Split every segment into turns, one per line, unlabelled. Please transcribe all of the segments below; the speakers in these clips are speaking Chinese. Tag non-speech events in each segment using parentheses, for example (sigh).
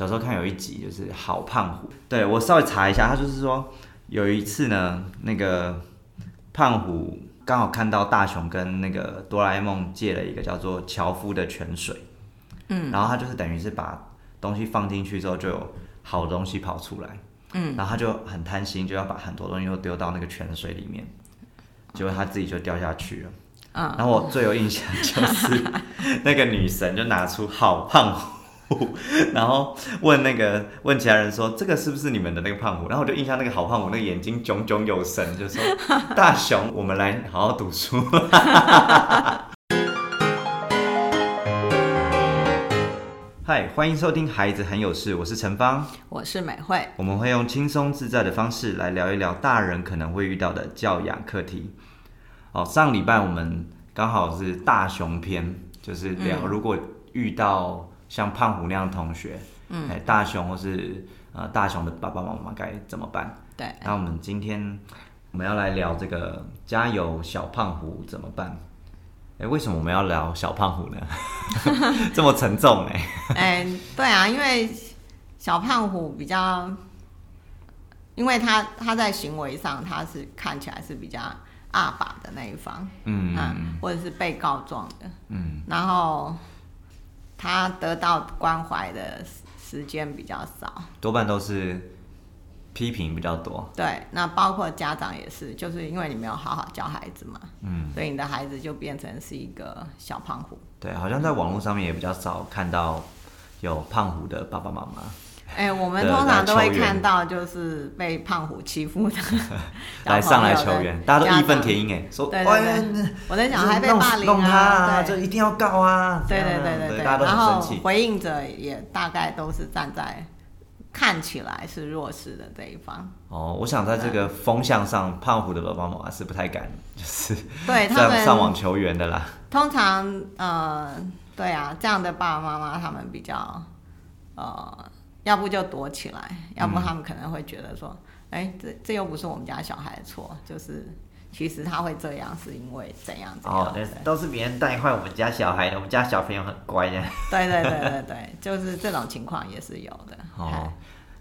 小时候看有一集就是《好胖虎》，对我稍微查一下，他就是说有一次呢，那个胖虎刚好看到大雄跟那个哆啦 A 梦借了一个叫做樵夫的泉水，嗯，然后他就是等于是把东西放进去之后就有好东西跑出来，嗯，然后他就很贪心，就要把很多东西都丢到那个泉水里面，结果他自己就掉下去了。哦嗯、然后我最有印象就是 (laughs) 那个女神就拿出好胖虎，然后 (laughs) 问那个问其他人说这个是不是你们的那个胖虎？然后我就印象那个好胖虎那个眼睛炯炯有神，就说 (laughs) 大雄，我们来好好读书。 (laughs) 嗨，欢迎收听《孩子很有事》，我是陈芳，
我是美惠，
我们会用轻松自在的方式来聊一聊大人可能会遇到的教养课题。哦，上礼拜我们刚好是大熊篇，就是聊如果遇到像胖虎那样的同学，嗯，哎，大熊或是呃大熊的爸爸妈妈该怎么办？
对， (laughs)
那我们今天我们要来聊这个加油小胖虎怎么办？哎，为什么我们要聊小胖虎呢？ (laughs) 这么沉重哎、
哎，对啊，因为小胖虎比较，因为他他在行为上他是看起来是比较阿爸的那一方， (laughs)
嗯
嗯，或者是被告状的，
嗯，
然后他得到关怀的时时间比较少，
多半都是批评比较多，
对，那包括家长也是，就是因为你没有好好教孩子嘛，嗯，所以你的孩子就变成是一个小胖虎。
对，好像在网络上面也比较少看到有胖虎的爸爸妈妈
(laughs) 哎、我们
的
通
来
常都会
求援
看到就是被胖虎欺负的小
来上来
朋友
求
的
援，大家都义愤
长
填膺哎，说
对
哎
对对，我的小孩被
弄
霸凌
弄他
啊，
就
对
一定要告啊，
对
这样
对
啊
对对对，
大家都
然
很
后
生气，
回应者也大概都是站在看起来是弱势的这一方，
哦，我想在这个风向上，胖虎的爸爸妈妈是不太敢，就是
对他
上上
们
网求援的啦。
通常呃，对啊，这样的爸爸妈妈他们比较呃，要不就躲起来，要
嗯
不他们可能会觉得说，哎、这这又不是我们家小孩的错，就是其实他会这样是因为怎样怎样。
哦
嗯对
都是别人带坏我们家小孩的，我们家小朋友很乖的。
(laughs) 对对对对对，就是这种情况也是有的。哎
哦，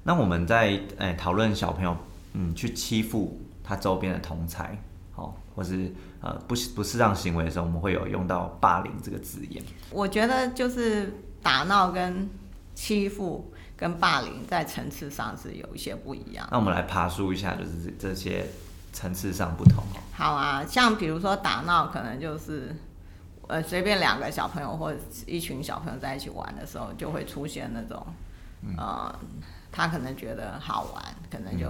那我们在诶讨论小朋友，嗯，去欺负他周边的同才，哦，或是呃不不适当行为的时候，我们会有用到霸凌这个字眼。
我觉得就是打闹跟欺负跟霸凌在层次上是有一些不一样。
那我们来爬梳一下，就是这这些层次上不同。
好啊，像比如说打闹，可能就是呃随便两个小朋友或者一群小朋友在一起玩的时候，就会出现那种
嗯
呃，他可能觉得好玩，可能就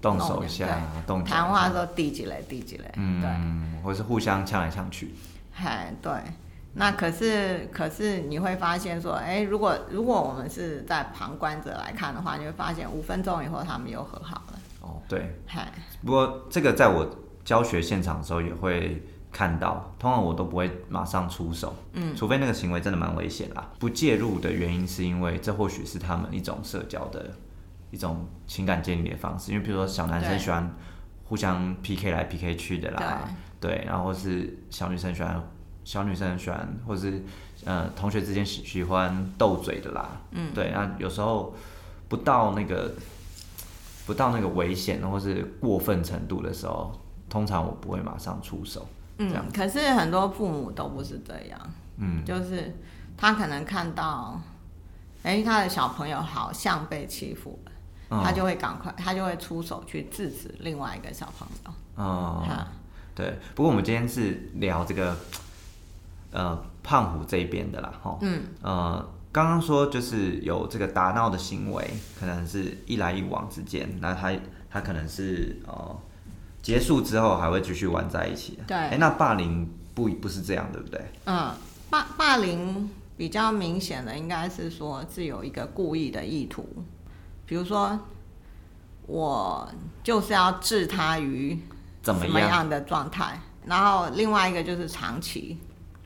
动手一下，嗯动脚
弄两
一下
谈话的时候滴几嘞滴几嘞，对。
嗯，或是互相呛来呛去。
嗨，对，那可是可是你会发现说，哎，如果如果我们是在旁观者来看的话，你会发现五分钟以后他们又和好了。
哦，对，
嗨，
不过这个在我教学现场的时候也会看到，通常我都不会马上出手，嗯，除非那个行为真的蛮危险啦。不介入的原因是因为这或许是他们一种社交的一种情感建立的方式，因为比如说小男生
对
喜欢互相 PK 来 PK 去的啦，对，然后是小女生喜欢小女生喜欢，或是呃同学之间喜喜欢斗嘴的啦，嗯，对，那有时候不到那个不到那个危险或是过分程度的时候，通常我不会马上出手。这样
嗯，可是很多父母都不是这样，
嗯，
就是他可能看到，哎，他的小朋友好像被欺负了，
嗯
他就会赶快，他就会出手去制止另外一个小朋友。
嗯，
哈
对。不过我们今天是聊这个呃胖虎这一边的啦，哈，嗯，呃，刚刚说就是有这个打闹的行为，可能是一来一往之间，那他他可能是呃结束之后还会继续玩在一起的。
对
哎，那霸凌不不是这样，对不对？
嗯，霸霸凌比较明显的应该是说是有一个故意的意图，比如说我就是要置他于
怎么
什么
样？
样的状态，然后另外一个就是长期，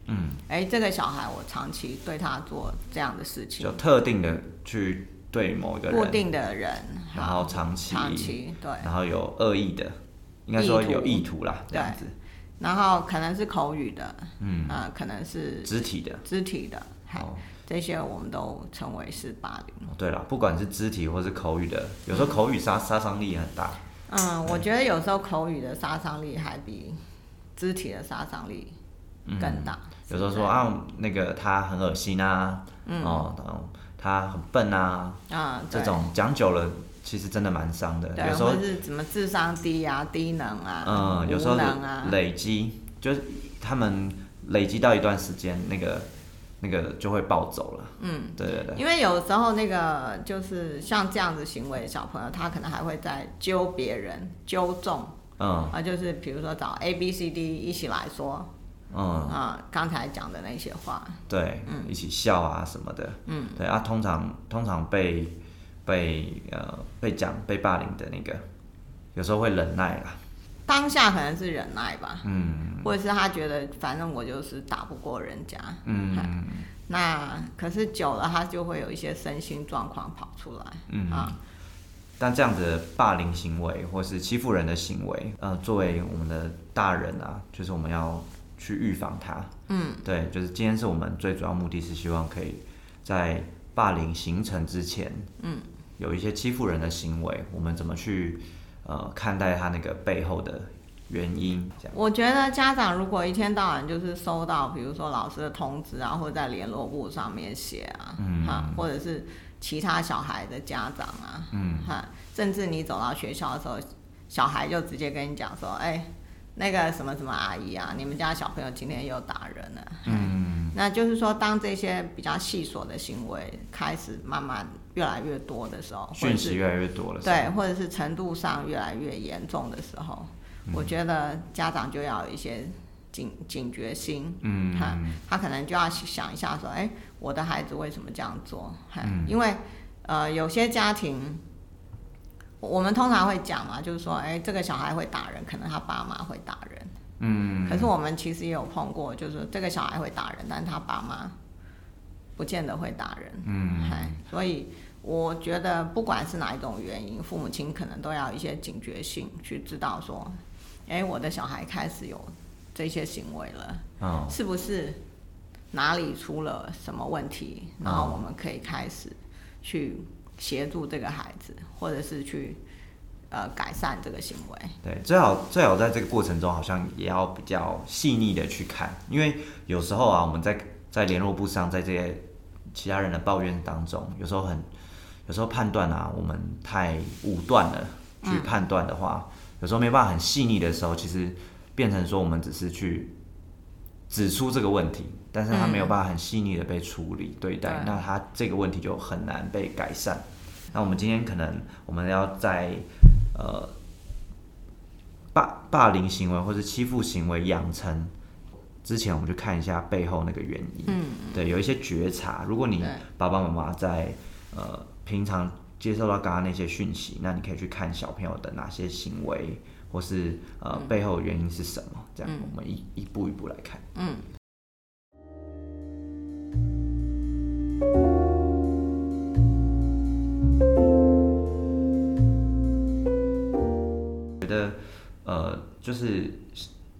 嗯，
哎，这个小孩我长期对他做这样的事情
就，特定的去对某一个人，
固定的人，
然后长期，
长期对，
然后有恶意的，应该说
意图
有意图啦，这
对
样子，
然后可能是口语的，
嗯，
呃，可能是
肢体的，
肢体的，嗨
哦，
这些我们都称为是霸凌。
对了，不管是肢体或是口语的，有时候口语杀杀伤力也很大。
嗯，我觉得有时候口语的杀伤力还比肢体的杀伤力更大。
嗯有时候说啊，那个他很恶心啊，哦，然后他很笨啊，
啊、嗯，
这
对
种讲久了其实真的蛮伤的。
对，
有时候
或是什么智商低啊、低能啊、
嗯，
无
有时候
能啊，
累积，就是他们累积到一段时间，那个那个就会暴走了。嗯，对对对，
因为有时候那个就是像这样子行为的小朋友，他可能还会在揪别人、揪中
嗯
啊，就是比如说找 A、B、C、D 一起来说
嗯，
啊，刚才讲的那些话，
对，一起笑啊什么的。嗯，对啊，通常通常被被呃被讲被霸凌的那个，有时候会忍耐啦。
当下可能是忍耐吧，嗯，或者是他觉得反正我就是打不过人家，嗯，那可是久了他就会有一些身心状况跑出来，嗯啊，
但这样子的霸凌行为或是欺负人的行为，呃，作为我们的大人啊，就是我们要去预防它。嗯，对，就是今天是我们最主要目的是希望可以在霸凌形成之前，嗯，有一些欺负人的行为，我们怎么去呃看待他那个背后的原因？这样，
我觉得家长如果一天到晚就是收到，比如说老师的通知啊，或者在联络簿上面写啊，嗯、啊，或者是其他小孩的家长啊，嗯，哈、甚至你走到学校的时候，小孩就直接跟你讲说，哎、那个什么什么阿姨啊，你们家小朋友今天又打人了，嗯，那就是说，当这些比较细琐的行为开始慢慢越来越多的时候，或者
讯
是
息越来越多了，
对，或者是程度上越来越严重的时候，我觉得家长就要有一些警警觉心，嗯，哈，他可能就要想一下说，哎、我的孩子为什么这样做？哈，因为呃，有些家庭。我我们通常会讲嘛，就是说，哎、这个小孩会打人，可能他爸妈会打人。嗯。可是我们其实也有碰过，就是这个小孩会打人，但他爸妈不见得会打人。嗯。嗨，所以我觉得不管是哪一种原因，父母亲可能都要有一些警觉性，去知道说，哎，我的小孩开始有这些行为了，
嗯，
是不是哪里出了什么问题？
嗯
然后我们可以开始去协助这个孩子，或者是去呃改善这个行为。
对，最好最好在这个过程中，好像也要比较细腻的去看，因为有时候啊，我们在在联络簿上，在这些其他人的抱怨当中，有时候很，有时候判断啊，我们太武断了去判断的话，有时候没办法很细腻的时候，其实变成说我们只是去指出这个问题，但是它没有办法很细腻的被处理对待，
对
那它这个问题就很难被改善。那我们今天可能我们要在呃霸霸凌行为或是欺负行为养成之前，我们去看一下背后那个原因。嗯，对，有一些觉察。如果你
对
爸爸妈妈在呃平常接受到刚刚那些讯息，那你可以去看小朋友的哪些行为，或是呃、
嗯
背后的原因是什么。这样，我们一一步一步来看。
嗯
呃，就是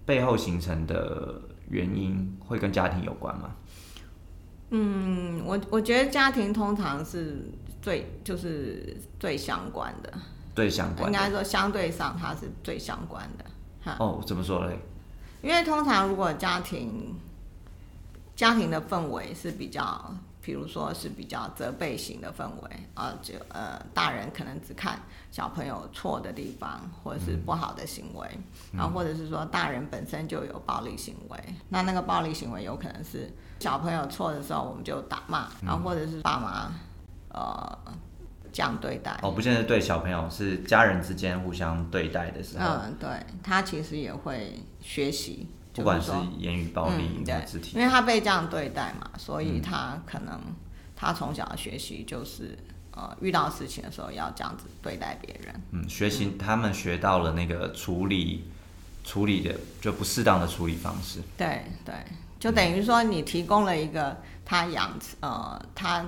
背后形成的原因会跟家庭有关吗？
嗯，我我觉得家庭通常是最就是最相关的，
最相
应
关的
该说相对上它是最相关的。哈。
哦，怎么说嘞？
因为通常如果家庭家庭的氛围是比较，比如说是比较责备型的氛围啊，就呃大人可能只看小朋友错的地方或者是不好的行为，
嗯
啊，或者是说大人本身就有暴力行为，那那个暴力行为有可能是小朋友错的时候我们就打骂，
嗯
啊，或者是爸妈呃这样对待，
哦，不见得对小朋友，是家人之间互相对待的时候，
嗯，对他其实也会学习，就
啊不管
是
是
说
言语暴力、
嗯、
或
对
肢体，
因为他被这样对待嘛，所以他可能他从小的学习就是呃遇到事情的时候要这样子对待别人，
嗯，学习他们学到了那个处理处理的就不适当的处理方式，
对对，就等于说你提供了一个他养呃他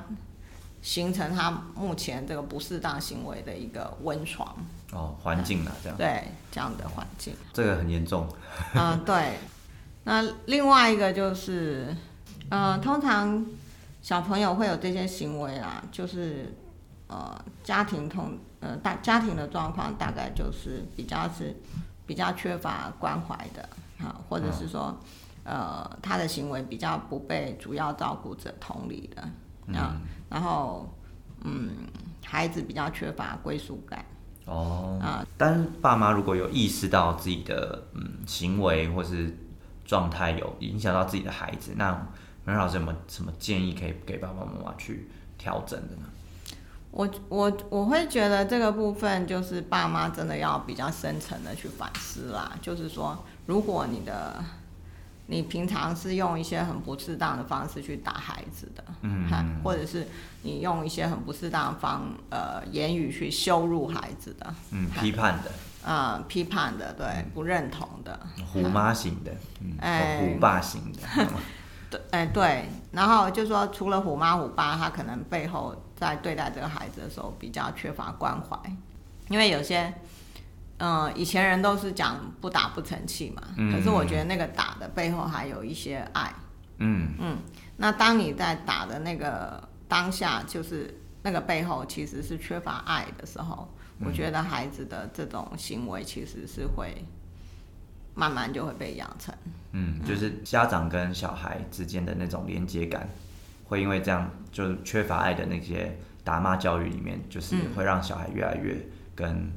形成他目前这个不适当行为的一个温床，
哦，环境啊，这样
对这样的环境。
这个很严重，
(laughs) 啊嗯，对。那另外一个就是，呃，通常小朋友会有这些行为啦，就是呃家庭通呃大家庭的状况大概就是比较是比较缺乏关怀的啊，或者是说、呃他的行为比较不被主要照顾者同理的啊，然后嗯孩子比较缺乏归属感。
哦，
嗯
但是爸妈如果有意识到自己的嗯行为或是状态有影响到自己的孩子，那梅老师有没有什么建议可以给爸爸妈妈去调整的呢？
我我我会觉得这个部分就是爸妈真的要比较深层的去反思啦。就是说，如果你的你平常是用一些很不适当的方式去打孩子的，嗯，或者是你用一些很不适当的方呃言语去羞辱孩子的，
嗯，批判的、
呃批判的，对，不认同的，
虎妈型的，嗯，
哎
虎爸型
(laughs)
的，
对，哎、对，然后就说除了虎妈虎爸，他可能背后在对待这个孩子的时候比较缺乏关怀，因为有些，嗯、以前人都是讲不打不成器嘛，可是我觉得那个打的背后还有一些爱，
嗯，
那当你在打的那个当下，就是那个背后其实是缺乏爱的时候，我觉得孩子的这种行为其实是会慢慢就会被养成。
嗯，就是家长跟小孩之间的那种连接感，会因为这样就是缺乏爱的那些打骂教育里面，就是会让小孩越来越跟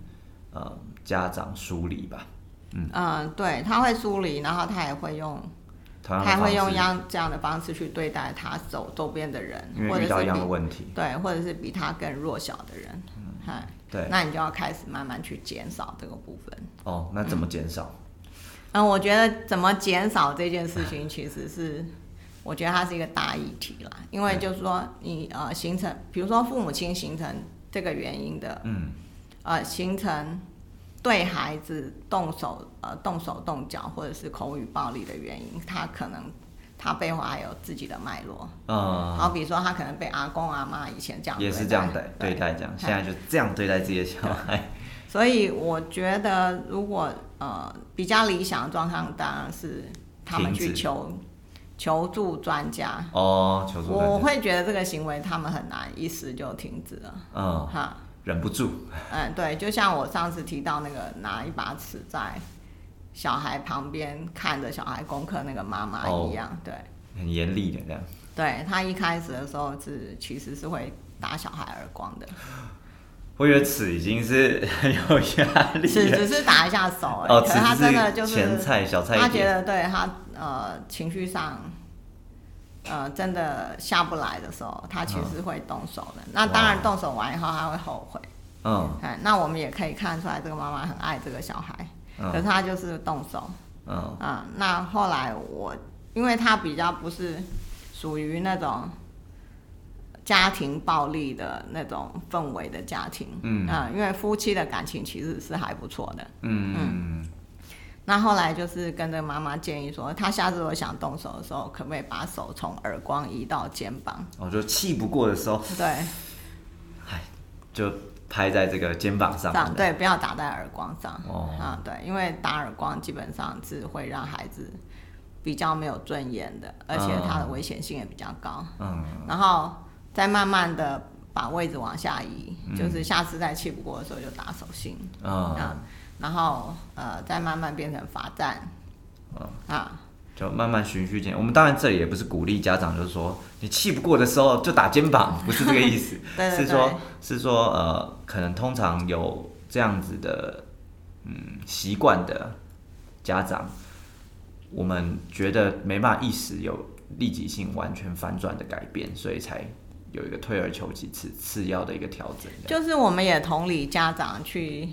呃家长疏离吧。
嗯、对，他会疏离，然后他也会用。
同样的
他
方
会用
式
一样这样的方式去对待他周周边的人，
因
或
为
者
遇到
是
一样的
比
问题，
对，或者是比他更弱小的人，嗨、
对，
那你就要开始慢慢去减少这个部分。
哦，那怎么减少？
嗯，我觉得怎么减少这件事情，其实是我觉得它是一个大议题啦，因为就是说你呃形成，比如说父母亲形成这个原因的，
嗯，
呃，形成对孩子动手呃动手动脚或者是口语暴力的原因，他可能他背后还有自己的脉络，
呃，
好比说他可能被阿公阿妈以前这样
也是
对
这样
待
的对待，这样现在就这样对待自己的小孩，
所以我觉得，如果呃比较理想的状况，当然是他们
停
去
止
求求助专家。
哦，求助
我
人，
会觉得这个行为他们很难一时就停止了，
嗯，
哈，
忍不住，
嗯，对，就像我上次提到那个拿一把尺在小孩旁边看着小孩功课那个妈妈一
哦
样，对，
很严厉的这样，
对他一开始的时候是其实是会打小孩耳光的，
我以为此已经是很有压力
只
了，
只是打一下手而已，
哦，
可
此
是他真的
只
就是是
前菜小菜
他
一
觉
碟，
得对他呃情绪上，呃真的下不来的时候，他其实会动手的。那当
嗯
然，
哇
动手完以后他会后悔。
嗯
哎，那我们也可以看出来，这个妈妈很爱这个小孩，可是
嗯
他就是动手。
嗯，
啊、那后来我，因为他比较不是属于那种家庭暴力的那种氛围的家庭，
嗯
啊、因为夫妻的感情其实是还不错的。
嗯
那后来就是跟着妈妈建议说，他下次如果想动手的时候，可不可以把手从耳光移到肩膀？
我就气不过的时候
对，
就拍在这个肩膀上
这，样对，不要打在耳光上。
哦
啊，对，因为打耳光基本上是会让孩子比较没有尊严的，而且它的危险性也比较高。
嗯，
然后再慢慢的把位置往下移，就是下次再气不过的时候就打手心。
嗯
嗯啊，，然后呃，再慢慢变成罚站。啊，
就慢慢循序渐。我们当然这里也不是鼓励家长，就是说你气不过的时候就打肩膀， (laughs) 不是这个意思
(laughs) ，对对对
是说是说呃，可能通常有这样子的嗯习惯的家长，我们觉得没办法一时有立即性完全反转的改变，所以才有一个退而求其次次要的一个调整。
就是我们也同理家长去，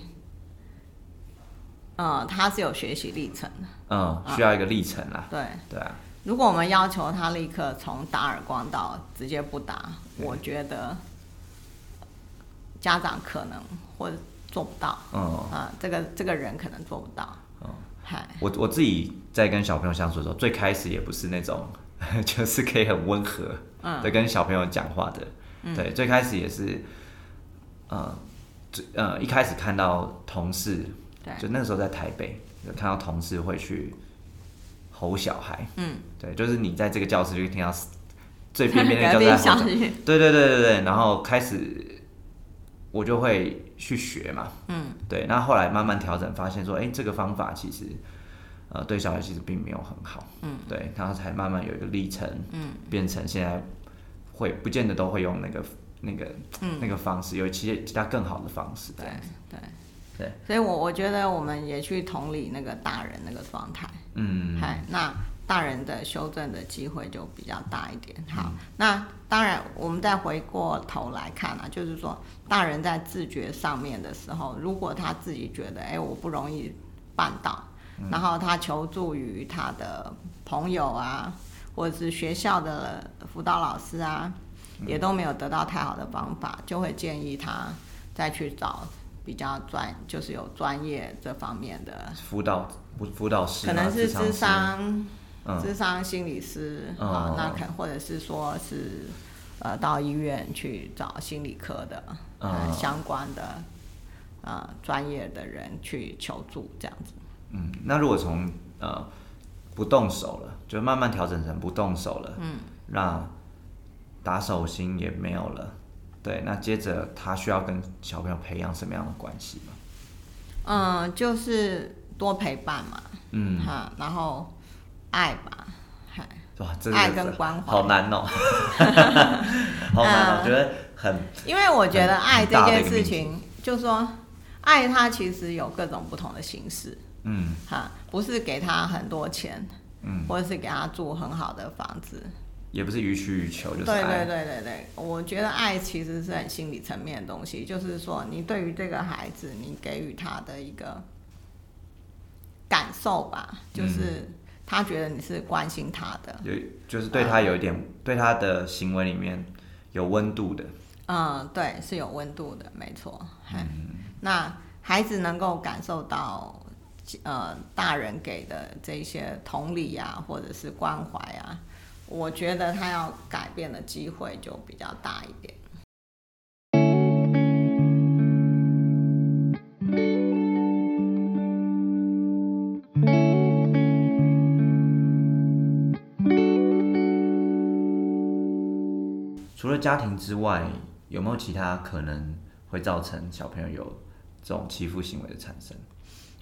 呃，他是有学习历程的。
嗯，需要一个历程啦，
对，
对啊，
如果我们要求他立刻从打耳光到直接不打，
嗯
我觉得家长可能或者做不到。
嗯。
啊、这个这个人可能做不到。
哦
嗨，
我我自己在跟小朋友相处的时候，最开始也不是那种， (laughs) 就是可以很温和
嗯
的跟小朋友讲话的，对，最开始也是，呃，最呃一开始看到同事，
对
就那时候在台北，有看到同事会去吼小孩，
嗯，
对，就是你在这个教室就会听到
(laughs)
最边边那
隔
个
壁
叫在
小
后
雨，
对对对对对，然后开始我就会去学嘛，嗯，对，那后来慢慢调整，发现说，哎、这个方法其实呃对小孩其实并没有很好，嗯，对，然后才慢慢有一个历程，嗯，变成现在会不见得都会用那个那个、那个方式，有其其他更好的方式，
嗯对对
对，
所以我我觉得我们也去同理那个大人那个状态，
嗯，
嗨，那大人的修正的机会就比较大一点。好，那当然我们再回过头来看啊，就是说大人在自觉上面的时候，如果他自己觉得，哎，我不容易办到，然后他求助于他的朋友啊，或者是学校的辅导老师啊，也都没有得到太好的方法，就会建议他再去找。比较专就是有专业这方面的
辅导辅辅导师
可
嘛
能是
啊商师，
智商、
嗯
智商心理师
哦
啊、那可或者是说是呃到医院去找心理科的、呃
哦
相关的呃专业的人去求助这样子。
嗯，那如果从呃不动手了，就慢慢调整成不动手了，嗯，那打手心也没有了，对，那接着他需要跟小朋友培养什么样的关系吗？
嗯，就是多陪伴嘛，
嗯，
哈，然后爱吧，嗨，
哇，这
爱
个
跟关怀
好难哦， (laughs) 好难哦，
嗯
觉得很
因为我觉得
很
爱
很
这
大的
件
一个
事
命
情，就是说爱它其实有各种不同的形式。
嗯
哈，不是给他很多钱，
嗯，
或者是给他住很好的房子，
也不是予取予求，就
对
是爱
对对对对，我觉得爱其实是很心理层面的东西，就是说你对于这个孩子，你给予他的一个感受吧，
嗯
就是他觉得你是关心他的，
有就是对他有一点、对他的行为里面有温度的，
嗯，对，是有温度的，没错。嗯，那孩子能够感受到，呃，大人给的这一些同理啊，或者是关怀啊，我觉得他要改变的机会就比较大一点。
除了家庭之外，有没有其他可能会造成小朋友有这种欺负行为的产生？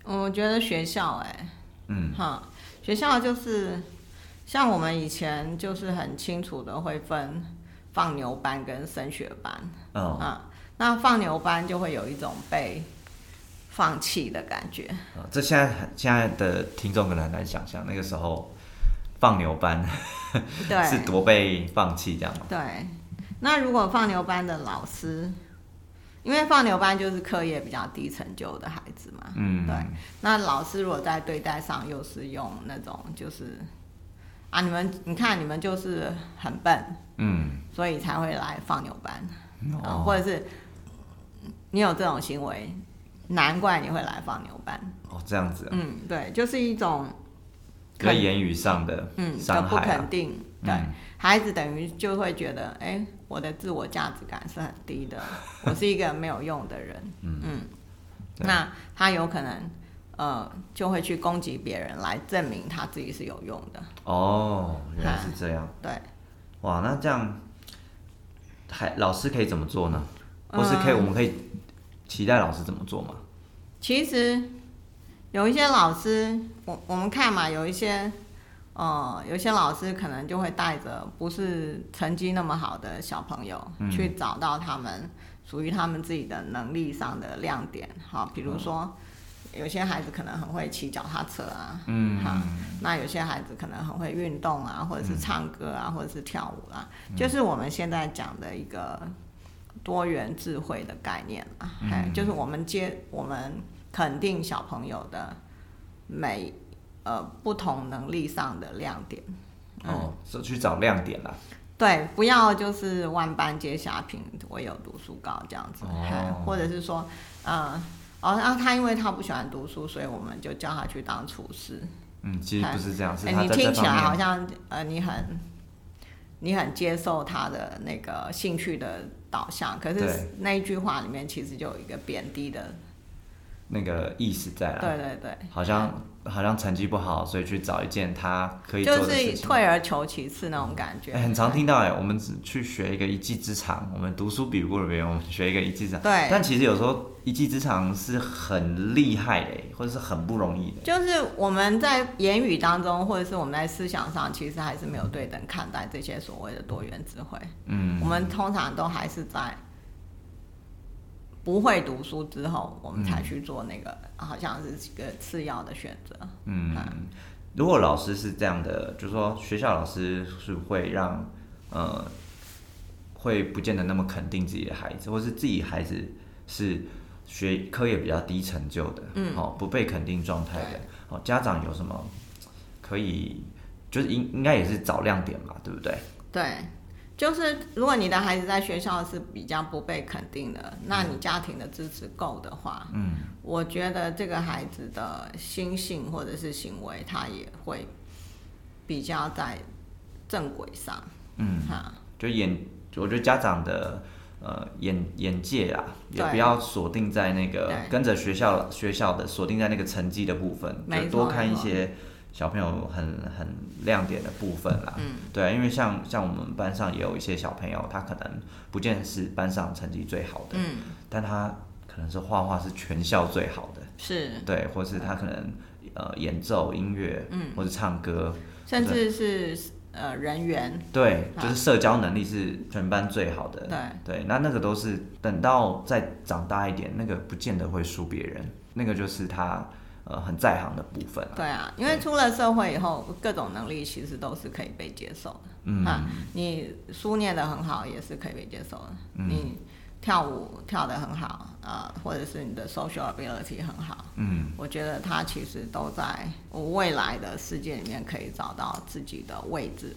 我觉得学校、哎，
嗯
哈，学校就是像我们以前就是很清楚的会分放牛班跟升学班，
哦，
啊，那放牛班就会有一种被放弃的感觉。
啊这现在很现在的听众可能很难想象，那个时候放牛班 (laughs) 是
(laughs) 对
多被放弃这样吗？
对，那如果放牛班的老师，因为放牛班就是课业比较低成就的孩子嘛，
嗯，
对。那老师如果在对待上又是用那种就是啊，你们你看你们就是很笨，
嗯，
所以才会来放牛班，啊
哦，
或者是你有这种行为，难怪你会来放牛班。
哦这样子啊，
嗯，对，就是一种
在言语上的
嗯的
伤
不
害
肯
啊，
定，对、
嗯
孩子等于就会觉得，哎、我的自我价值感是很低
(laughs)
的，我是一个没有用的人，嗯
对
那他有可能呃就会去攻击别人来证明他自己是有用的，
哦，原来是这样，
啊对，
哇，那这样还老师可以怎么做呢？或是
嗯
可以、我们可以期待老师怎么做吗？
其实有一些老师，我我们看嘛，有一些，呃，有一些老师可能就会带着不是成绩那么好的小朋友，去找到他们属于他们自己的能力上的亮点，好，比如说。有些孩子可能很会骑脚踏车啊，嗯，哈，那有些孩子可能很会运动啊，或者是唱歌啊，或者是跳舞啊，就是我们现在讲的一个多元智慧的概念啊，哎，就是我们接我们肯定小朋友的每呃不同能力上的亮点，嗯
哦，是去找亮点啦。
对，不要就是万般皆下品，唯有读书高这样子，哎
哦
或者是说，呃，哦，然、后他因为他不喜欢读书，所以我们就叫他去当厨师。
嗯，其实不是这样，是
哎
他
你
在
听
这
起来
方
好
面
像呃，你很你很接受他的那个兴趣的导向，可是
对
那一句话里面其实就有一个贬低的
那个意识在啦。
对对对，
好像好像成绩不好，所以去找一件他可以做
就
的事
是
情。
退而求其次那种感觉。
哎很常听到哎，我们只去学一个一技之长，我们读书比不过别人，我们学一个一技之长。
对
但其实有时候一技之长是很厉害的，或者是很不容易的。
就是我们在言语当中，或者是我们在思想上，其实还是没有对等看待这些所谓的多元智慧。
嗯，
我们通常都还是在不会读书之后，我
嗯
们才去做那个、好像是一个次要的选择。
嗯
嗯，
如果老师是这样的，就是说学校老师是会让呃，会不见得那么肯定自己的孩子，或是自己孩子是学科业比较低成就的，嗯，哦，不被肯定状态的，哦，家长有什么可以，就是应应该也是找亮点嘛，对不对？
对，就是如果你的孩子在学校是比较不被肯定的，那
嗯
你家庭的支持够的话，嗯，我觉得这个孩子的心性或者是行为，他也会比较在正轨上。
嗯，
哈，
就眼，我觉得家长的呃眼眼界啊，也
对
不要锁定在那个
对
跟着学校学校的锁定在那个成绩的部分，
没
就
错
多看一
没错
些小朋友很很亮点的部分啦。嗯，对啊，因为像像我们班上也有一些小朋友，他可能不见得是班上成绩最好的，
嗯，
但他可能是画画是全校最好的，
是，
对，或是他可能呃演奏音乐，嗯，或者唱歌，
甚至是呃人员，
对，
啊
就是社交能力是全班最好的。对，那那个都是等到再长大一点，那个不见得会输别人，那个就是他呃很在行的部分啊、
对啊，因为出了社会以后，各种能力其实都是可以被接受的。
嗯
啊，你书念得很好也是可以被接受的。
嗯
你跳舞跳得很好，啊，或者是你的 social ability 很好，
嗯，
我觉得他其实都在我未来的世界里面可以找到自己的位置